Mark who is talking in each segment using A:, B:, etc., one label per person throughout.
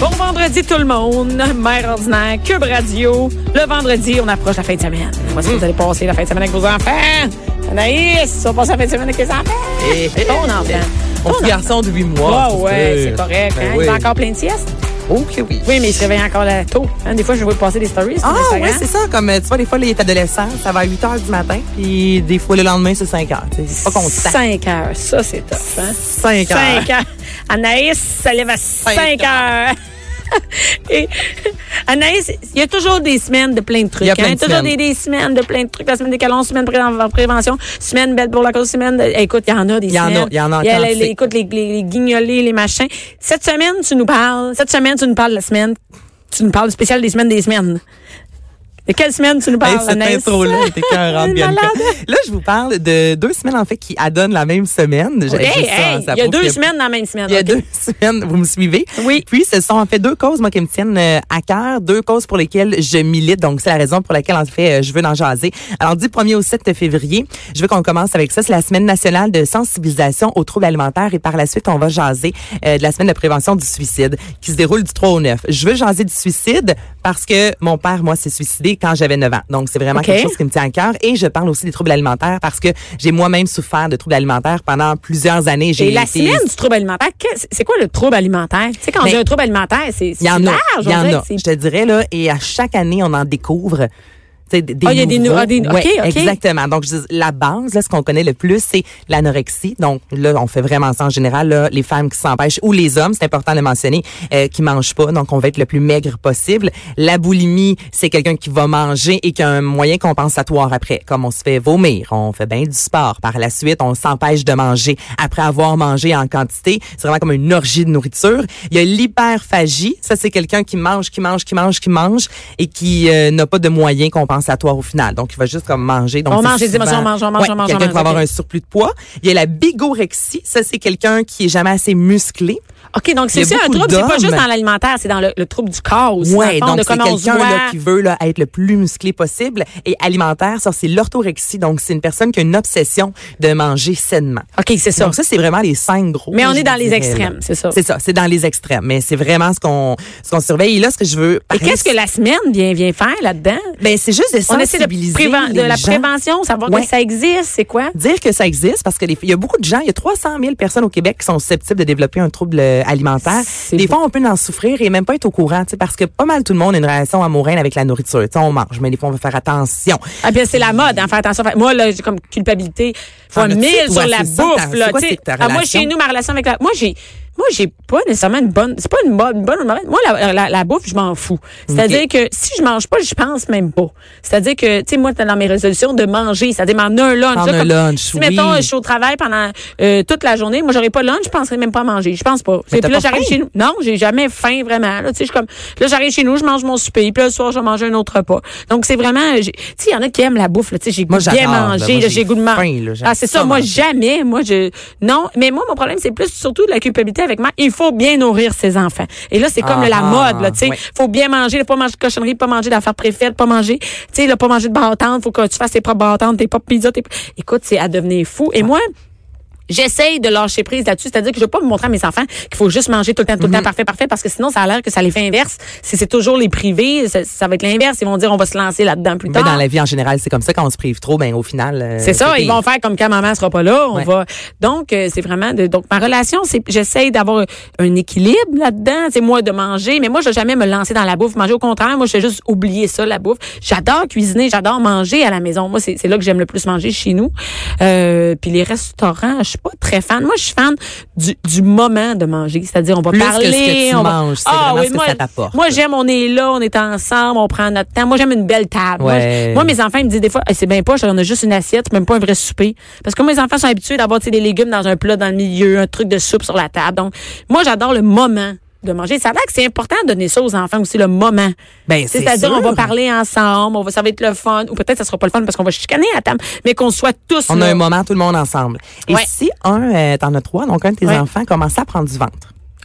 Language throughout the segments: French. A: Bon vendredi tout le monde, Mère Ordinaire, Cube Radio. Le vendredi, on approche la fin de semaine. Voici que vous allez passer la fin de semaine avec vos enfants. Anaïs, on passe la fin de semaine avec les enfants.
B: Eh,
C: Et, et-
A: Ton enfant.
C: mon petit garçon de 8 mois.
A: Ah
B: Oh,
C: faut
A: ouais,
C: dire.
A: c'est correct.
C: Ben
A: hein?
C: oui.
A: Il a encore plein de siestes.
C: Ok, oui.
A: Oui, mais il se réveille encore là tôt. hein. Des fois, je vois passer des stories hein? sur
B: Ah
A: Instagram.
B: oui, c'est ça. Comme euh, tu vois, des fois, les adolescents, ça va à 8 heures du matin, puis des fois, le lendemain, c'est 5 heures. tu sais. C'est pas constant.
A: 5 heures, ça c'est tough. Hein?
B: 5
A: 5 heures. Anaïs, ça lève à 5 heures. Et Anaïs, il y a toujours des semaines de plein de trucs.
B: Il y a plein
A: hein.
B: de
A: toujours
B: semaines.
A: Des, des semaines de plein de trucs. La semaine des calons, semaine pré prévention, semaine belle pour la cause, semaine. de- eh, Écoute, il y en a des
B: y en a,
A: semaines.
B: il y en a en
A: Il les-
B: quantité.
A: les- Écoute, les, les, les guignolés, les machins. Cette semaine, tu nous parles. Cette semaine, tu nous parles de la semaine. Tu nous parles du spécial des semaines des semaines. De quelle semaine tu nous
B: Hey,
A: parles,
B: cette
A: Anaïs?
B: intro-là est écœurante,
A: Elle est
B: Bianca.
A: malade.
B: Là, je vous parle de deux semaines, en fait, qui adonnent la même semaine. J'ai-
A: Ok,
B: j'ai ça,
A: hey,
B: ça
A: il y a
B: prouve
A: deux
B: que-
A: semaines dans la même semaine.
B: Il y a
A: ok.
B: deux semaines, vous me suivez.
A: Oui.
B: Puis, ce sont en fait deux causes, moi, qui me tiennent euh, à cœur, deux causes pour lesquelles je milite. Donc, c'est la raison pour laquelle, en fait, euh, je veux en jaser. Alors, du 1er au 7 février, je veux qu'on commence avec ça. C'est la semaine nationale de sensibilisation aux troubles alimentaires et par la suite, on va jaser euh, de la semaine de prévention du suicide qui se déroule du 3 au 9. Je veux jaser du suicide parce que mon père, moi, s'est suicidé quand j'avais 9 ans. Donc, c'est vraiment
A: Ok.
B: quelque chose qui me tient à cœur. Et je parle aussi des troubles alimentaires parce que j'ai moi-même souffert de troubles alimentaires pendant plusieurs années. J'ai
A: Et la
B: été
A: semaine du trouble alimentaire, qu'est-ce- c'est quoi le trouble alimentaire? Tu sais, quand
B: Ben,
A: j'ai un trouble alimentaire, c'est c'est
B: Il y en a.
A: large.
B: Il y
A: on
B: en
A: dirait
B: a.
A: que c'est-
B: Je te dirais, là, et à chaque année, on en découvre. tu sais, Des des
A: Ah, il y a des
B: nouveaux.
A: nou- ah, des- ok,
B: Ouais,
A: ok.
B: Exactement. Donc, je dis, la base, là, ce qu'on connaît le plus, c'est l'anorexie. Donc, là, on fait vraiment ça en général, là, les femmes qui s'empêchent ou les hommes, c'est important de mentionner, euh, qui mangent pas. Donc, on va être le plus maigre possible. La boulimie, c'est quelqu'un qui va manger et qui a un moyen compensatoire après. Comme on se fait vomir, on fait bien du sport. Par la suite, on s'empêche de manger après avoir mangé en quantité. C'est vraiment comme une orgie de nourriture. Il y a l'hyperphagie. Ça, c'est quelqu'un qui mange, qui mange, qui mange, qui mange et qui euh, n'a pas de moyens compensatoires au final. Donc, il va juste comme manger. Donc,
A: On
B: c'est
A: mange les
B: souvent-
A: émotions, on mange, on mange,
B: Ouais,
A: on mange, on
B: Quelqu'un qui va
A: mange,
B: avoir
A: ok.
B: un surplus de poids. Il y a la bigorexie. Ça, c'est quelqu'un qui est jamais assez musclé.
A: OK, donc
B: Il y
A: c'est
B: a
A: ça, un
B: beaucoup
A: trouble, c'est pas
B: d'hommes.
A: juste dans l'alimentaire, c'est dans le, le trouble du corps aussi.
B: Ouais,
A: dans le fond,
B: donc
A: de
B: c'est
A: comment on se
B: quelqu'un là,
A: voit.
B: qui veut là, être le plus musclé possible et alimentaire. Ça, c'est l'orthorexie. Donc, c'est une personne qui a une obsession de manger sainement.
A: OK, c'est ça.
B: Donc, ça, c'est vraiment les cinq gros.
A: Mais on
B: je
A: est dans les
B: dirais,
A: extrêmes,
B: là.
A: c'est ça.
B: C'est ça, c'est dans les extrêmes. Mais c'est vraiment ce qu'on ce qu'on surveille. Et là, ce que je veux...
A: Et qu'est-ce que la semaine vient, vient faire là-dedans?
B: Ben, c'est juste de sensibiliser
A: On essaie de, préven- de
B: les
A: la
B: gens.
A: prévention, savoir
B: Ouais.
A: que ça existe, c'est quoi?
B: Dire que ça existe, parce que les- il y a beaucoup de gens, il y a 300 000 personnes au Québec qui sont susceptibles de développer un trouble euh, alimentaire.
A: C'est
B: Des fois, on peut en souffrir et même pas être au courant, tu sais, parce que pas mal tout le monde a une relation amoureuse avec la nourriture. Tu sais, on mange, mais des fois, on veut faire attention.
A: Ah bien c'est la mode, hein, faire attention. Fait- Moi là, j'ai comme culpabilité fois
B: Ah, mais tu
A: mille
B: sais, toi,
A: sur la
B: c'est ça,
A: bouffe
B: ta-
A: là,
B: c'est quoi,
A: tu sais.
B: c'est ta
A: Ah, moi
B: relation?
A: chez nous ma relation avec la moi j'ai moi j'ai pas nécessairement une bonne c'est pas une bonne, une bonne ou mauvaise. Moi la, euh, la, la bouffe, je m'en fous. C'est-à-dire que si je mange pas, je pense même pas. C'est-à-dire que tu sais moi t'es dans mes résolutions de manger, c'est-à-dire m'en un lunch,
B: Prendre
A: là,
B: un
A: comme-
B: lunch,
A: si mettons
B: oui.
A: je suis au travail pendant euh, toute la journée, moi j'aurais pas de lunch, je penserais même pas à manger, je pense pas.
B: Mais
A: Et
B: t'as
A: puis là
B: pas
A: j'arrive
B: faim?
A: chez nous. Non, j'ai jamais faim vraiment. Là, tu sais, je suis comme là j'arrive chez nous, je mange mon souper, puis là, le soir je vais manger un autre repas. Donc c'est vraiment, j'ai- tu sais, il y en a qui aiment la bouffe. Là, tu sais, j'ai
B: Moi,
A: goût de bien
B: j'adore, là.
A: manger,
B: Moi,
A: là,
B: j'ai
A: j'ai goût de manger.
B: faim, là. J'aime
A: Ah c'est
B: ça
A: ça, moi
B: manger.
A: jamais, moi je non. Mais moi mon problème c'est plus surtout de la culpabilité avec moi. Il faut bien nourrir ses enfants. Et là c'est comme
B: Ah,
A: la mode, là, tu sais,
B: ouais.
A: faut bien manger, là, pas manger de cochonnerie, pas manger d'affaires préfaites, pas manger, tu sais, là, pas manger de bâtante, faut que tu fasses tes propres bâtantes, tes propres pizzas, tes... écoute, c'est à devenir fou. Et moi, J'essaye de lâcher prise là-dessus, c'est-à-dire que je veux pas me montrer à mes enfants qu'il faut juste manger tout le temps, tout le temps
B: Mhm.
A: parfait, parfait, parce que sinon ça a l'air que ça les fait inverse. Si c'est toujours les privés, ça, ça va être l'inverse. Ils vont dire on va se lancer là-dedans plus
B: Mais
A: tard.
B: dans la vie en général, c'est comme ça quand on se prive trop, ben au final. euh,
A: Ah. C'est ça, ils
B: pire.
A: vont faire comme quand maman sera pas là, on
B: Ouais.
A: va. Donc euh, c'est vraiment de, donc ma relation, c'est j'essaye d'avoir un équilibre là-dedans, c'est moi de manger, mais moi je vais jamais me lancer dans la bouffe, manger au contraire, moi je vais juste oublier ça la bouffe. J'adore cuisiner, j'adore manger à la maison. Moi c'est c'est là que j'aime le plus manger chez nous. Euh, puis les restaurants, je suis pas très fan. Moi je suis fan du, du moment de manger, c'est-à-dire on va
B: Plus que ce
A: parler,
B: que tu
A: on va-
B: manges, c'est
A: Ah
B: vraiment
A: oui,
B: ce que
A: moi,
B: ça t'apporte.
A: Moi j'aime on est là, on est ensemble, on prend notre temps. Moi j'aime une belle table. Moi,
B: Ouais.
A: je- moi, mes enfants ils me disent des fois, Hey, c'est bien poche, on a juste une assiette, c'est même pas un vrai souper. Parce que mes enfants sont habitués d'avoir tu sais, des légumes dans un plat dans le milieu, un truc de soupe sur la table. Donc, moi, j'adore le moment de manger. Ça a l'air que c'est important de donner ça aux enfants aussi, le moment.
B: Ben, c'est
A: C'est-à-dire, on
B: sûr.
A: va parler ensemble, on va, ça va être le fun, ou peut-être ça sera pas le fun parce qu'on va chicaner à la table, mais qu'on soit tous
B: On
A: là.
B: a un moment, tout le monde ensemble. Et
A: Ouais.
B: si un, euh, t'en as trois, donc un de tes
A: Ouais.
B: enfants commence à prendre du ventre.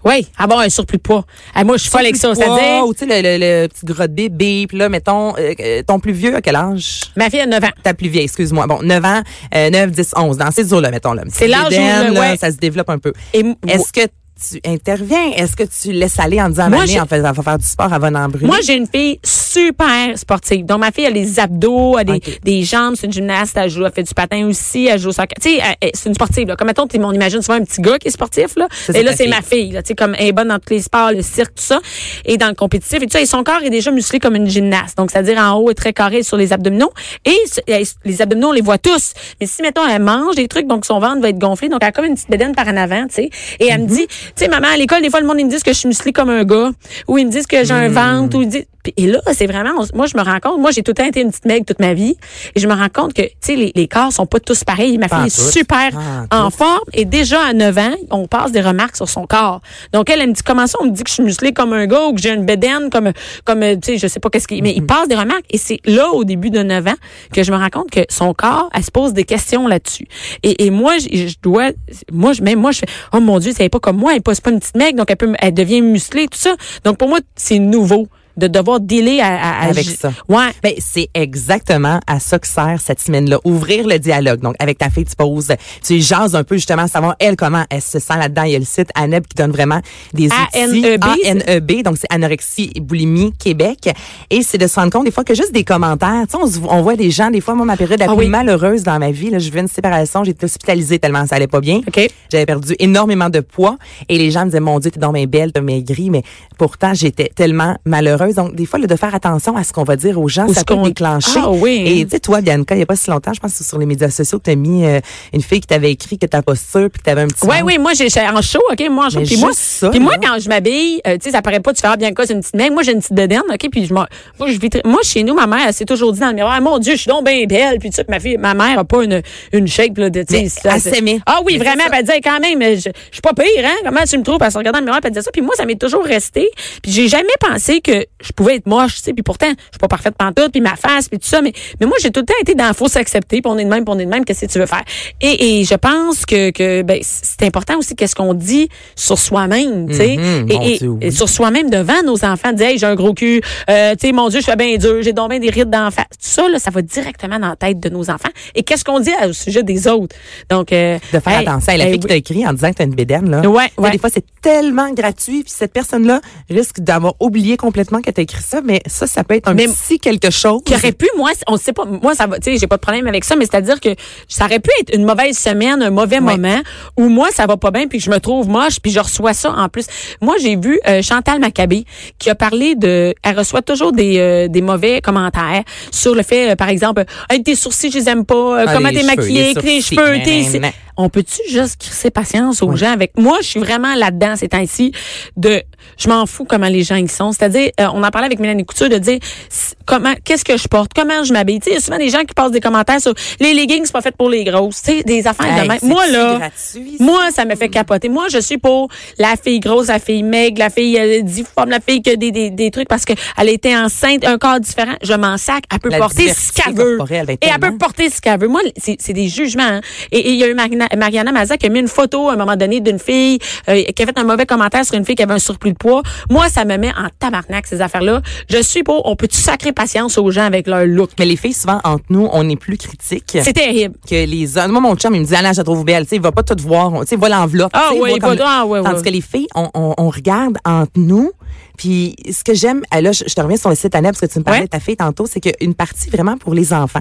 A: Oui, avoir un surplus de poids. Hey, moi, je suis folle avec ça.
B: Surplus de poids,
A: C'est-à-dire,
B: Ou tu sais, le, le, le petit gros bébé, puis là, mettons, euh, euh, ton plus vieux, à quel âge?
A: ma fille a 9 ans.
B: Ta plus vieille, excuse-moi. Bon, 9 ans, euh, 9, 10, 11, dans ces eaux-là, mettons. là.
A: C'est l'âge où
B: Bédaine,
A: le-
B: là,
A: ouais.
B: Ça se développe un peu.
A: Et m-
B: Est-ce que tu interviens? Est-ce que tu laisses aller en disant,
A: Moi,
B: Mané,
A: j'ai-
B: en fait, elle va faire du sport, elle va en brûler?
A: Moi, j'ai une fille super sportive. Donc, ma fille a les abdos, elle a des,
B: Ok.
A: des jambes, c'est une gymnaste, elle joue, elle fait du patin aussi, elle joue au soccer. Tu sais, elle- elle- c'est une sportive, là. Comme, mettons, t'im- on imagine souvent un petit gars qui est sportif, là.
B: Ça, c'est
A: Et là,
B: ta
A: c'est
B: fille.
A: ma fille, là. Tu sais, comme, elle est bonne dans tous les sports, le cirque, tout ça. Et dans le compétitif, et tout ça. Et son corps est déjà musclé comme une gymnaste. Donc, c'est-à-dire, en haut, est très carré sur les abdominaux. Et ce- elle- les abdominaux, on les voit tous. Mais si, mettons, elle mange des trucs, donc son ventre va être gonflé. Donc, elle a comme une petite bédaine par en avant, tu sais. Et elle
B: Mhm.
A: me dit, tu sais, maman, à l'école, des fois, le monde, ils me disent que je suis musclée comme un gars. Ou ils me disent que j'ai
B: Mhm.
A: un ventre. Ou ils disent, puis- et là, c'est vraiment, on- moi, je me rends compte, moi, j'ai tout le temps été une petite maigre toute ma vie. Et je me rends compte que, tu sais, les, les corps sont pas tous pareils. Ma
B: Pas
A: fille est
B: en tout.
A: super
B: Pas en
A: en forme. Et déjà, à 9 ans, on passe des remarques sur son corps. Donc, elle, elle me dit, comment ça, on me dit que je suis musclée comme un gars ou que j'ai une bédaine comme, comme, euh, tu sais, je sais pas qu'est-ce qui,
B: Mm-hmm.
A: mais il passe des remarques. Et c'est là, au début de 9 ans, que je me rends compte que son corps, elle se pose des questions là-dessus. Et, et moi, je, je dois, moi, je, même moi, je fais, oh mon Dieu, c'est pas comme moi, elle passe pas une petite mec, donc elle peut, elle devient musclée, tout ça. Donc, pour moi, c'est nouveau de devoir dealer à, à- à-
B: Avec
A: je-
B: ça.
A: Ouais.
B: Ben, c'est exactement à ça que sert cette semaine-là. Ouvrir le dialogue. Donc, avec ta fille, tu poses, tu y jases un peu, justement, à savoir, elle, comment elle se sent là-dedans. Il y a le site ANEB qui donne vraiment des outils.
A: ANEB,
B: ANEB, donc c'est Anorexie et Boulimie Québec. Et c'est de se rendre compte, des fois, que juste des commentaires. Tu sais, on, se- on voit des gens, des fois, moi, ma période la
A: Ah
B: plus
A: oui.
B: malheureuse dans ma vie, là, je vivais une séparation, j'étais hospitalisée tellement ça allait pas bien.
A: OK.
B: J'avais perdu énormément de poids et les gens me disaient, mon Dieu, t'es donc bien belle, t'as maigri, mais pourtant, j'étais tellement malheureuse. Donc, des fois, là, de faire attention à ce qu'on va dire aux gens,
A: Ou
B: ça
A: ce
B: peut
A: qu'on-
B: déclencher.
A: Ah oui.
B: Et tu sais, toi, Bianca, il n'y a pas si longtemps, je pense que c'est sur les médias sociaux que t'as mis euh, une fille qui t'avait écrit que ta posture puis que t'avais un petit
A: Oui,
B: ventre.
A: oui, moi, j'ai j'ai- en show, OK? Moi, en show.
B: Mais
A: Puis moi,
B: juste ça,
A: puis moi
B: là.
A: quand je m'habille, euh, tu sais, ça paraît pas, tu fais, ah, bien quoi, c'est une petite mec. Moi, j'ai une petite bedaine, OK? Puis je m'en- moi, je vis très- moi, chez nous, ma mère, elle s'est toujours dit dans le miroir, Ah, mon Dieu, je suis donc bien belle. Puis tu sais, puis ma fille, ma mère a pas une, une shape, là, de, tu sais,
B: Mais
A: ça,
B: elle
A: c'est-
B: s'aimait.
A: Ah oui,
B: Mais
A: vraiment.
B: c'est
A: Puis elle disait, quand même, je, je suis pas pire, hein? Comment tu me trouves? Puis Elle se regardait dans le miroir, puis elle disait ça. Puis moi, ça m'est toujours resté. Puis j'ai jamais pensé que je pouvais être moche, tu sais. Puis pourtant, je suis pas parfaite pantoute, puis ma face, puis tout ça. Mais, mais moi, j'ai tout le temps été dans la fausse acceptée, puis on est de même, puis on est de même, qu'est-ce que tu veux faire? Et, et je pense que, que ben, c'est important aussi qu'est-ce qu'on dit sur soi-même, tu sais.
B: Mhm,
A: Et-
B: mon
A: et,
B: Dieu, oui.
A: et sur soi-même devant nos enfants, dire, hey, j'ai un gros cul, euh, tu sais, mon Dieu, je suis bien dur, j'ai donc bien des rides d'enfants. Tout ça, là, ça va directement dans la tête de nos enfants. Et qu'est-ce qu'on dit au sujet des autres? Donc, euh,
B: De faire
A: hey,
B: attention. Et la
A: hey,
B: fille qui
A: oui.
B: t'a écrit en disant que t'as une bédaine, là.
A: Ouais,
B: Tu sais,
A: ouais.
B: Des fois, c'est tellement gratuit puis cette personne-là risque d'avoir oublié complètement que t'as écrit ça, mais ça, ça peut être un
A: Mais-
B: petit quelque chose.
A: qui aurait pu moi on sait pas moi ça va tu sais j'ai pas de problème avec ça mais c'est-à-dire que ça aurait pu être une mauvaise semaine un mauvais moment où moi ça va pas bien puis que je me trouve moche puis je reçois ça en plus moi j'ai vu euh, Chantal Maccabé qui a parlé de elle reçoit toujours des euh, des mauvais commentaires sur le fait euh, par exemple euh, Hey, tes sourcils je les aime pas euh,
B: Ah,
A: comment
B: les
A: t'es
B: cheveux,
A: maquillée
B: les
A: que tes
B: sourcils,
A: cheveux
B: nan,
A: tes
B: nan,
A: c'est-
B: nan.
A: on peut-tu juste crisser patience aux gens avec moi je suis vraiment là-dedans ces temps-ci de je m'en fous comment les gens ils sont c'est-à-dire euh, on en parlait avec Mélanie Couture de dire s- comment qu'est-ce que je porte comment je m'habille Tu sais, il y a souvent des gens qui passent des commentaires sur les leggings c'est pas fait pour les grosses tu sais des affaires
B: Hey,
A: de même
B: c'est-tu
A: moi là
B: gratuit, ça?
A: moi ça me fait capoter moi je suis pour la fille grosse la fille maigre la fille euh, difforme la fille que des, des, des trucs parce que elle était enceinte un corps différent je m'en sac elle peut
B: La
A: porter ce
B: diversité
A: qu'elle veut
B: corporelle, ben,
A: et elle peut
B: tellement.
A: porter ce qu'elle veut. Moi, c'est c'est des jugements. hein. Et et il y a eu Marina- Mariana Maza qui a mis une photo à un moment donné d'une fille euh, qui a fait un mauvais commentaire sur une fille qui avait un surplus de poids. Moi, ça me met en tabarnak, ces affaires-là. Je suis pour, on peut-tu sacrer patience aux gens avec leur look?
B: Mais les filles, souvent, entre nous, on est plus critiques.
A: C'est terrible.
B: que les hommes. Moi, mon chum, il me dit, Anna, je la trouve belle. Tu sais, il va pas tout voir. Tu sais, il voit l'enveloppe.
A: Ah
B: Tu sais,
A: oui,
B: il voit
A: il va- ah oui,
B: Tandis
A: oui.
B: que les filles, on, on, on regarde entre nous. Puis, ce que j'aime, ah, là, je, je te reviens sur le site Anna, parce que tu me parlais
A: Ouais.
B: de ta fille tantôt, c'est qu'une partie vraiment pour les enfants.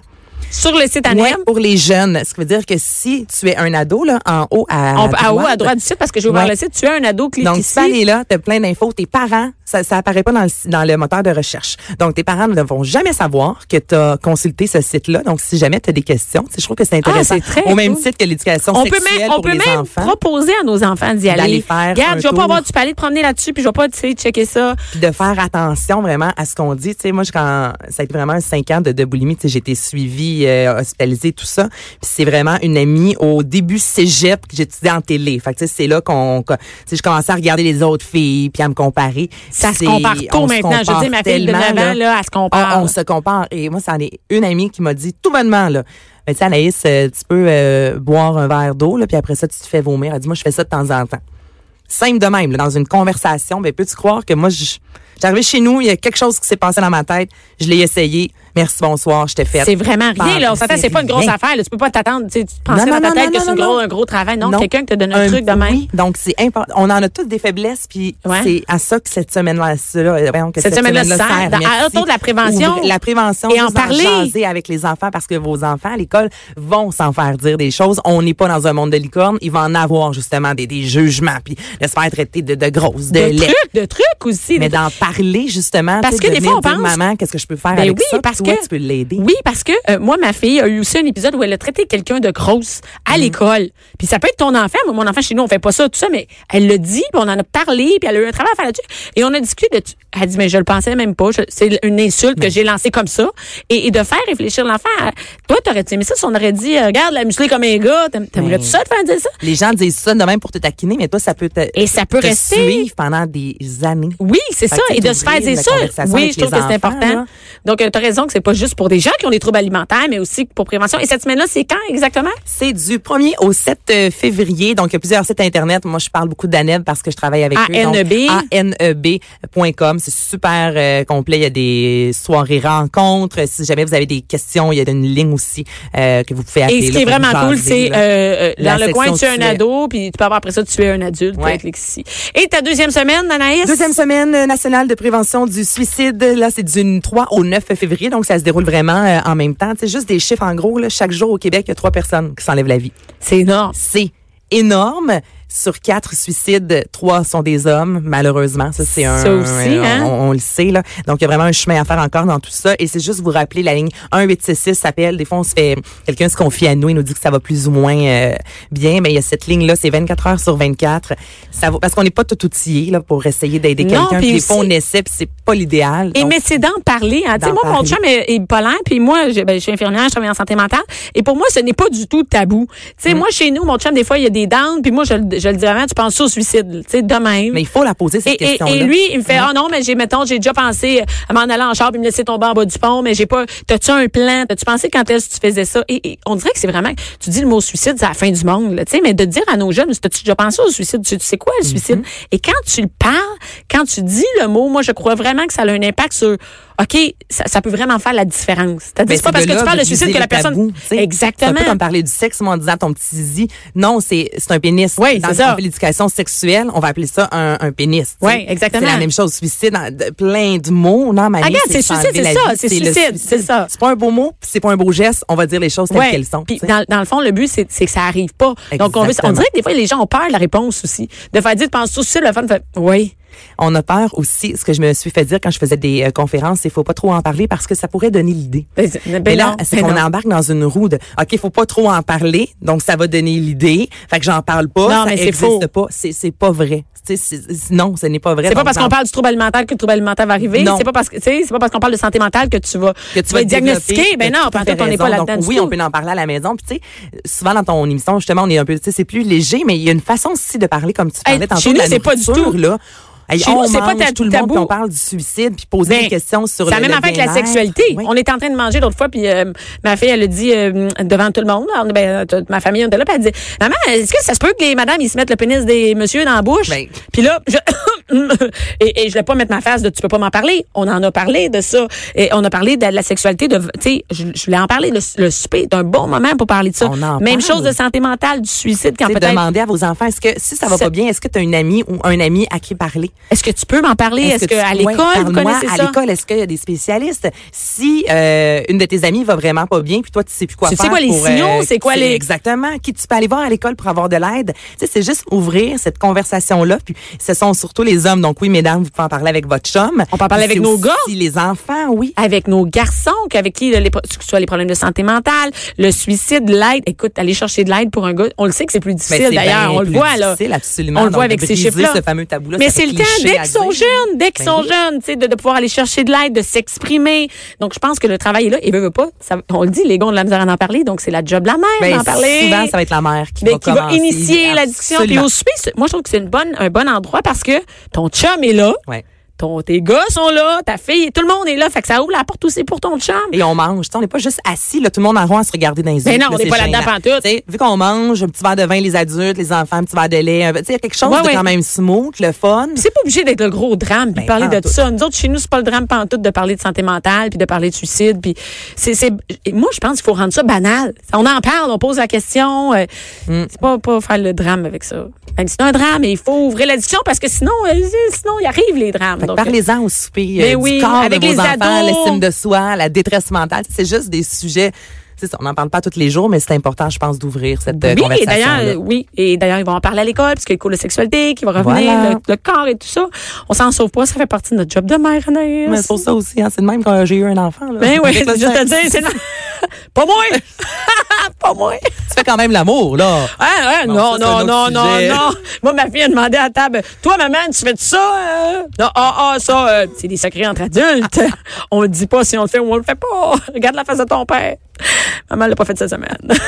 A: Sur le site
B: Ouais,
A: anonyme,
B: pour les jeunes. Ce qui veut dire que si tu es un ado, là, en haut à,
A: on, à haut, à droite du site, parce que j'ai ouvert
B: Ouais.
A: le site, tu as un ado clique
B: donc,
A: ici.
B: tu aller là, t'as plein d'infos. Tes parents, ça, ça apparaît pas dans le, dans le moteur de recherche. Donc, tes parents ne vont jamais savoir que t'as consulté ce site-là. Donc, si jamais t'as des questions, tu sais, je trouve que c'est intéressant.
A: Ah, c'est très
B: Au même
A: cool.
B: titre que l'éducation
A: on peut
B: sexuelle
A: même, on
B: pour
A: peut
B: les
A: même
B: enfants.
A: proposer à nos enfants d'y aller.
B: D'aller faire
A: Regarde,
B: un
A: je vais pas
B: tour.
A: avoir du palais de promener là-dessus, puis je vais pas essayer de checker ça.
B: Puis de faire attention vraiment à ce qu'on dit. Tu sais, moi, je- quand ça a été vraiment cinq ans de, de boulimie, tu sais, j'ai été suivie, euh, hospitalisée, tout ça. Puis c'est vraiment une amie au début cégep que j'étudiais en télé. Fait que, tu sais, c'est là qu'on, qu'on- tu sais, je commençais à regarder les autres filles puis à me comparer.
A: Ça se
B: C'est-
A: compare
B: on
A: tôt
B: se
A: maintenant. Je
B: compare
A: veux dire, ma fille de
B: tellement, Ah,
A: 9 ans, là, elle se compare.
B: on, on se compare. Et moi, c'en est une amie qui m'a dit tout bonnement, là. Mais tu sais, Anaïs, euh, tu peux euh, boire un verre d'eau, là, puis après ça, tu te fais vomir. Elle dit, moi, je fais ça de temps en temps. Simple de même, là, dans une Ben, conversation. Mais peux-tu croire que moi, je- j'arrivais chez nous, il y a quelque chose qui s'est passé dans ma tête, je l'ai essayé, Merci, bonsoir, je t'ai fait.
A: C'est vraiment rien,
B: Parle,
A: là. On s'attend, c'est pas une grosse
B: rien.
A: affaire, là. Tu peux pas t'attendre, tu sais, tu pensais
B: Non,
A: dans ta
B: non,
A: tête
B: non,
A: que
B: non,
A: c'est une
B: non,
A: gros-
B: non.
A: un gros travail. Non,
B: Non.
A: quelqu'un qui te donne un, truc de même.
B: oui, donc c'est important. On en a toutes des faiblesses, puis
A: Ouais.
B: c'est à ça que cette semaine-là, cela- euh, voyons, que
A: Cette semaine-là sert, dans- à-
B: Merci.
A: autour de la prévention.
B: Ouvre- la prévention,
A: Et en
B: juste
A: parler.
B: jaser avec les enfants parce que vos enfants à l'école vont s'en faire dire des choses. On n'est pas dans un monde de licorne. Il va en avoir justement des, des jugements, puis de se faire traiter de, de grosses, de,
A: De
B: laides.
A: trucs, de trucs aussi.
B: Mais
A: de
B: d'en parler justement,
A: Parce
B: tu sais,
A: que des
B: de
A: fois,
B: venir
A: on
B: dire,
A: pense-
B: maman, qu'est-ce que je peux faire
A: Ben
B: avec
A: oui,
B: ça? Puis
A: parce
B: toi,
A: que-
B: tu peux l'aider.
A: Oui, parce que euh, moi, ma fille a eu aussi un épisode où elle a traité quelqu'un de grosse à
B: Mm.
A: l'école. Puis ça peut être ton enfant. Moi, mon enfant chez nous, on fait pas ça, tout ça, mais elle l'a dit, puis on en a parlé, puis elle a eu un travail à faire là-dessus. Et on a discuté de... Elle dit, mais je le pensais même pas. Je- C'est une insulte
B: Mm.
A: que j'ai lancée comme ça. Et, et de faire réfléchir l'enfant. à- Toi, t'aurais-tu aimé ça si on aurait dit, euh, regarde, la musclée comme un gars, t'aim- t'aimerais-tu
B: Ben
A: ça de faire dire ça?
B: Les gens disent ça de même pour te taquiner, mais toi, ça peut te,
A: Et ça peut
B: te
A: rester.
B: suivre pendant des années.
A: Oui, c'est
B: Fait
A: ça.
B: que
A: Et de se
B: d'ouvrir
A: faire dire
B: la
A: ça.
B: conversation
A: Oui,
B: avec
A: je trouve
B: les
A: que c'est
B: enfants,
A: important.
B: là.
A: Donc, tu as raison que c'est pas juste pour des gens qui ont des troubles alimentaires, mais aussi pour prévention. Et cette semaine-là, c'est quand exactement?
B: C'est du 1er au 7 euh, février. Donc, il y a plusieurs sites Internet. Moi, je parle beaucoup d'ANEB parce que je travaille avec
A: ANEB.
B: eux. Donc, E ANEB.com. C'est super euh, complet. Il y a des soirées rencontres. Si jamais vous avez des questions, il y a une ligne aussi euh, que vous pouvez appeler.
A: Et ce
B: là,
A: qui est
B: pour
A: vraiment
B: vous
A: cool,
B: jaser,
A: c'est
B: là.
A: euh, euh,
B: La
A: dans le coin, tu es
B: section
A: un
B: tuer.
A: ado, puis tu peux avoir après ça, tu es un adulte
B: Ouais.
A: avec l'exi. Et ta deuxième semaine, Anaïs?
B: Deuxième semaine euh, nationale de prévention du suicide. Là, c'est du 3 au 9 février, donc ça se déroule vraiment euh, en même temps. C'est juste des chiffres en gros. Là, chaque jour au Québec, il y a trois personnes qui s'enlèvent la vie.
A: C'est énorme.
B: C'est énorme. Sur quatre suicides, trois sont des hommes, malheureusement. Ça, c'est un. euh,
A: Ça aussi, hein?
B: on, on le sait, là. Donc, il y a vraiment un chemin à faire encore dans tout ça. Et c'est juste vous rappeler la ligne 1866 s'appelle. Des fois, on se fait, quelqu'un se confie à nous et nous dit que ça va plus ou moins euh, bien. Mais il y a cette ligne-là, c'est 24 heures sur 24. Ça va, parce qu'on n'est pas tout outillé, là, pour essayer d'aider
A: Non,
B: quelqu'un.
A: puis
B: Puis des
A: aussi-
B: fois, on essaie, puis c'est pas l'idéal.
A: Et
B: Donc,
A: mais c'est d'en parler. Hein. Tu sais,
B: D'en
A: moi, mon
B: parler.
A: chum est, est bipolaire, puis moi, je, ben, je suis infirmière, je travaille en santé mentale. Et pour moi, ce n'est pas du tout tabou. Tu sais,
B: Mm.
A: moi, chez nous, mon chum, des fois, il y a des downs, puis moi, je, le- je le dis avant, tu penses au suicide, tu sais, de même.
B: mais il faut la poser, cette
A: Et, et-
B: question-là. Hein?
A: et lui, il me fait ah non mais j'ai mettons j'ai déjà pensé euh, à m'en aller en char puis me laisser tomber en bas du pont mais j'ai pas t'as-tu un plan t'as-tu pensé quand est-ce que tu faisais ça et, et on dirait que c'est vraiment tu dis le mot suicide c'est la fin du monde là, tu sais mais de dire à nos jeunes t'as-tu déjà pensé au suicide tu, tu sais quoi le
B: Mhm.
A: suicide et quand tu le parles quand tu dis le mot moi je crois vraiment que ça a un impact sur ok ça, ça peut vraiment faire la différence c'est-à-dire
B: Mais
A: c'est pas
B: Ben,
A: parce
B: de
A: que
B: là
A: tu parles de
B: briser
A: suicide que
B: les
A: la personne
B: tabous, tu sais. C'est un peu
A: exactement
B: comme parler du sexe, moi, en disant ton petit zizi. Non, c'est, c'est un pénis.
A: Oui,
B: Dans
A: c'est
B: le-
A: ça.
B: on fait l'éducation sexuelle, on va appeler ça un, un pénis. tu sais.
A: Oui, exactement. Ah,
B: C'est la même chose. Suicide, en- de- plein de mots. Non, ma
A: Regarde, c'est suicide, c'est ça, c'est suicide, c'est ça.
B: C'est pas un beau mot, puis c'est pas un beau geste. On va dire les choses telles
A: Ouais.
B: qu'elles sont.
A: Puis
B: tu sais.
A: dans, dans le fond, le but, c'est c'est que ça arrive pas. Donc, on, veut, on
B: Exactement.
A: dirait que des fois, les gens ont peur de la réponse aussi. De faire dire, penses-tu au suicide? Le fun fait, oui.
B: On a peur aussi. Ce que je me suis fait dire quand je faisais des euh, conférences, c'est faut pas trop en parler parce que ça pourrait donner l'idée.
A: Ben, ben
B: Mais là,
A: non,
B: c'est
A: ben
B: qu'on
A: non.
B: embarque dans une roue de OK, faut pas trop en parler, donc ça va donner l'idée. Fait que j'en parle
A: Non,
B: pas, ça
A: mais c'est
B: existe
A: faux.
B: pas, c'est c'est pas vrai. Tu sais, c'est- c'est- non, ce n'est pas vrai.
A: C'est pas
B: Donc,
A: parce
B: j'en
A: qu'on parle du trouble alimentaire que le trouble alimentaire va arriver.
B: Non.
A: C'est pas parce que, tu sais, c'est pas parce qu'on parle de santé mentale que tu vas,
B: que tu vas
A: être diagnostiqué. Ben non,
B: parce
A: pendant on n'est pas là-dedans. du
B: Oui,
A: tout.
B: on peut en parler à la maison. Puis tu sais, souvent dans ton émission, justement, on est un peu, tu sais, c'est plus léger, mais il y a une façon aussi de parler comme tu
A: Hey,
B: parlais tantôt.
A: chez
B: de
A: nous,
B: la
A: c'est pas du
B: nourriture,
A: tout.
B: là. Hey,
A: Chez
B: on
A: nous, c'est pas
B: mange
A: ta-
B: tout le
A: tabou.
B: monde, puis on parle du suicide, puis poser
A: Ben,
B: des questions sur
A: Ça
B: le
A: a même
B: le
A: affaire avec la
B: bien-être.
A: sexualité.
B: Oui.
A: On est en train de manger l'autre fois, puis euh, ma fille, elle le dit euh, devant tout le monde. Alors, ben, toute ma famille, on était là, puis elle dit Maman, est-ce que ça se peut que les madames, ils se mettent le pénis des messieurs dans la bouche?
B: Ben.
A: Puis là, je. et, et je ne pas mettre ma face de tu peux pas m'en parler. On en a parlé de ça. Et on a parlé de la sexualité. de Tu sais, je, je voulais en parler. Le, le souper est un bon moment pour parler de ça.
B: On en
A: Même
B: parle.
A: chose de santé mentale, du suicide, quand
B: Tu sais,
A: peut-être.
B: demander à vos enfants, est-ce que si ça va
A: Ça-
B: pas bien, est-ce que tu as une amie ou un ami à qui parler?
A: Est-ce que tu peux m'en parler? Est-ce
B: tu-
A: qu'à
B: ouais,
A: l'école, vous
B: parle-moi,
A: connaissez ça?
B: À l'école, est-ce qu'il y a des spécialistes? Si euh, une de tes amies va vraiment pas bien, puis toi, tu sais plus quoi
A: Tu sais
B: faire.
A: quoi les
B: pour, euh,
A: signaux, c'est quoi les-
B: Exactement. Qui tu peux aller voir à l'école pour avoir de l'aide? Tu sais, c'est juste ouvrir cette conversation-là. Puis ce sont surtout les hommes. Donc oui, mesdames, vous pouvez en parler avec votre chum.
A: On peut en parler avec
B: Puis c'est
A: nos
B: aussi
A: gars. Ah,
B: les enfants, oui.
A: avec nos garçons, avec qui là, les, pro- que ce soit les problèmes de santé mentale, le suicide, l'aide. Écoute, aller chercher de l'aide pour un gars, on le sait que c'est plus
B: Mais
A: difficile
B: c'est
A: d'ailleurs,
B: bien
A: on le
B: plus
A: voit là.
B: difficile, absolument.
A: On le
B: Donc,
A: voit
B: de
A: avec ces
B: briser
A: chiffres-là.
B: ce fameux tabou-là,
A: Mais
B: ça fait
A: c'est le temps,
B: cliché
A: dès
B: à
A: qu'ils sont
B: dire.
A: jeunes, dès qu'ils
B: Ben
A: sont
B: oui.
A: jeunes, tu sais, de, de pouvoir aller chercher de l'aide, de s'exprimer. Donc, je pense que le travail est là. Et veut, veut pas, ça- on le dit, les gars ont de la misère à en parler, donc c'est la job de la mère
B: Ben,
A: d'en parler.
B: souvent, ça va être la mère qui
A: Ben,
B: va
A: qui va
B: commencer.
A: initier la discussion. Puis
B: Absolument.
A: au souper, c'est- moi, je trouve que c'est une bonne, un bon endroit parce que ton chum est là.
B: Ouais.
A: ton, tes gars sont là, ta fille, tout le monde est là. Fait que ça ouvre la porte aussi pour ton chum.
B: Et on mange. tu sais, on n'est pas juste assis, là, tout le monde en rond à se regarder dans les yeux.
A: Mais non,
B: là,
A: on n'est
B: c'est
A: pas là-dedans
B: gênant.
A: pantoute.
B: Tu sais, Vu qu'on mange, un petit verre de vin, les adultes, les enfants, un petit verre de lait. un- tu sais, Il y a quelque chose
A: Ouais,
B: de
A: ouais.
B: quand même smooth, le fun.
A: Puis c'est pas obligé d'être le gros drame puis
B: Ben,
A: parler de
B: pantoute.
A: ça. Nous autres chez nous c'est pas le drame pantoute de parler de santé mentale puis de parler de suicide puis c'est c'est et moi je pense qu'il faut rendre ça banal. On en parle, on pose la question, euh,
B: Mm.
A: c'est pas pas faire le drame avec ça. Même si c'est un drame, il faut ouvrir la discussion parce que sinon euh, sinon il arrive les drames.
B: Fait que
A: Donc, euh,
B: Parlez-en au souper euh,
A: Mais
B: du
A: oui,
B: corps
A: avec
B: de vos
A: les
B: enfants,
A: ados.
B: l'estime de soi, la détresse mentale. C'est juste des sujets. tu sais, on n'en parle pas tous les jours, mais c'est important, je pense, d'ouvrir cette euh,
A: oui, et d'ailleurs, euh,
B: conversation.
A: oui, et d'ailleurs, ils vont en parler à l'école, puisque le cours de sexualité qui va revenir,
B: Voilà.
A: le, le corps et tout ça. On s'en sauve pas, ça fait partie de notre job de mère, Anaïs.
B: Mais c'est pour ça aussi, hein, c'est de même quand j'ai eu un enfant. Là,
A: Ben oui, je
B: Avec le
A: te
B: sexe.
A: dis, c'est pas moi! pas moi!
B: Tu fais quand même l'amour, là.
A: Ah, ah,
B: Bon,
A: non,
B: ça, c'est
A: non,
B: un
A: non,
B: autre
A: non,
B: sujet.
A: non. Moi, ma fille a demandé à la table, toi, maman, tu fais de ça? euh? Non, ah, ah, ça, euh, c'est des secrets entre adultes. on le dit pas si on le fait ou on le fait pas. Regarde la face de ton père. Maman l'a pas fait cette semaine.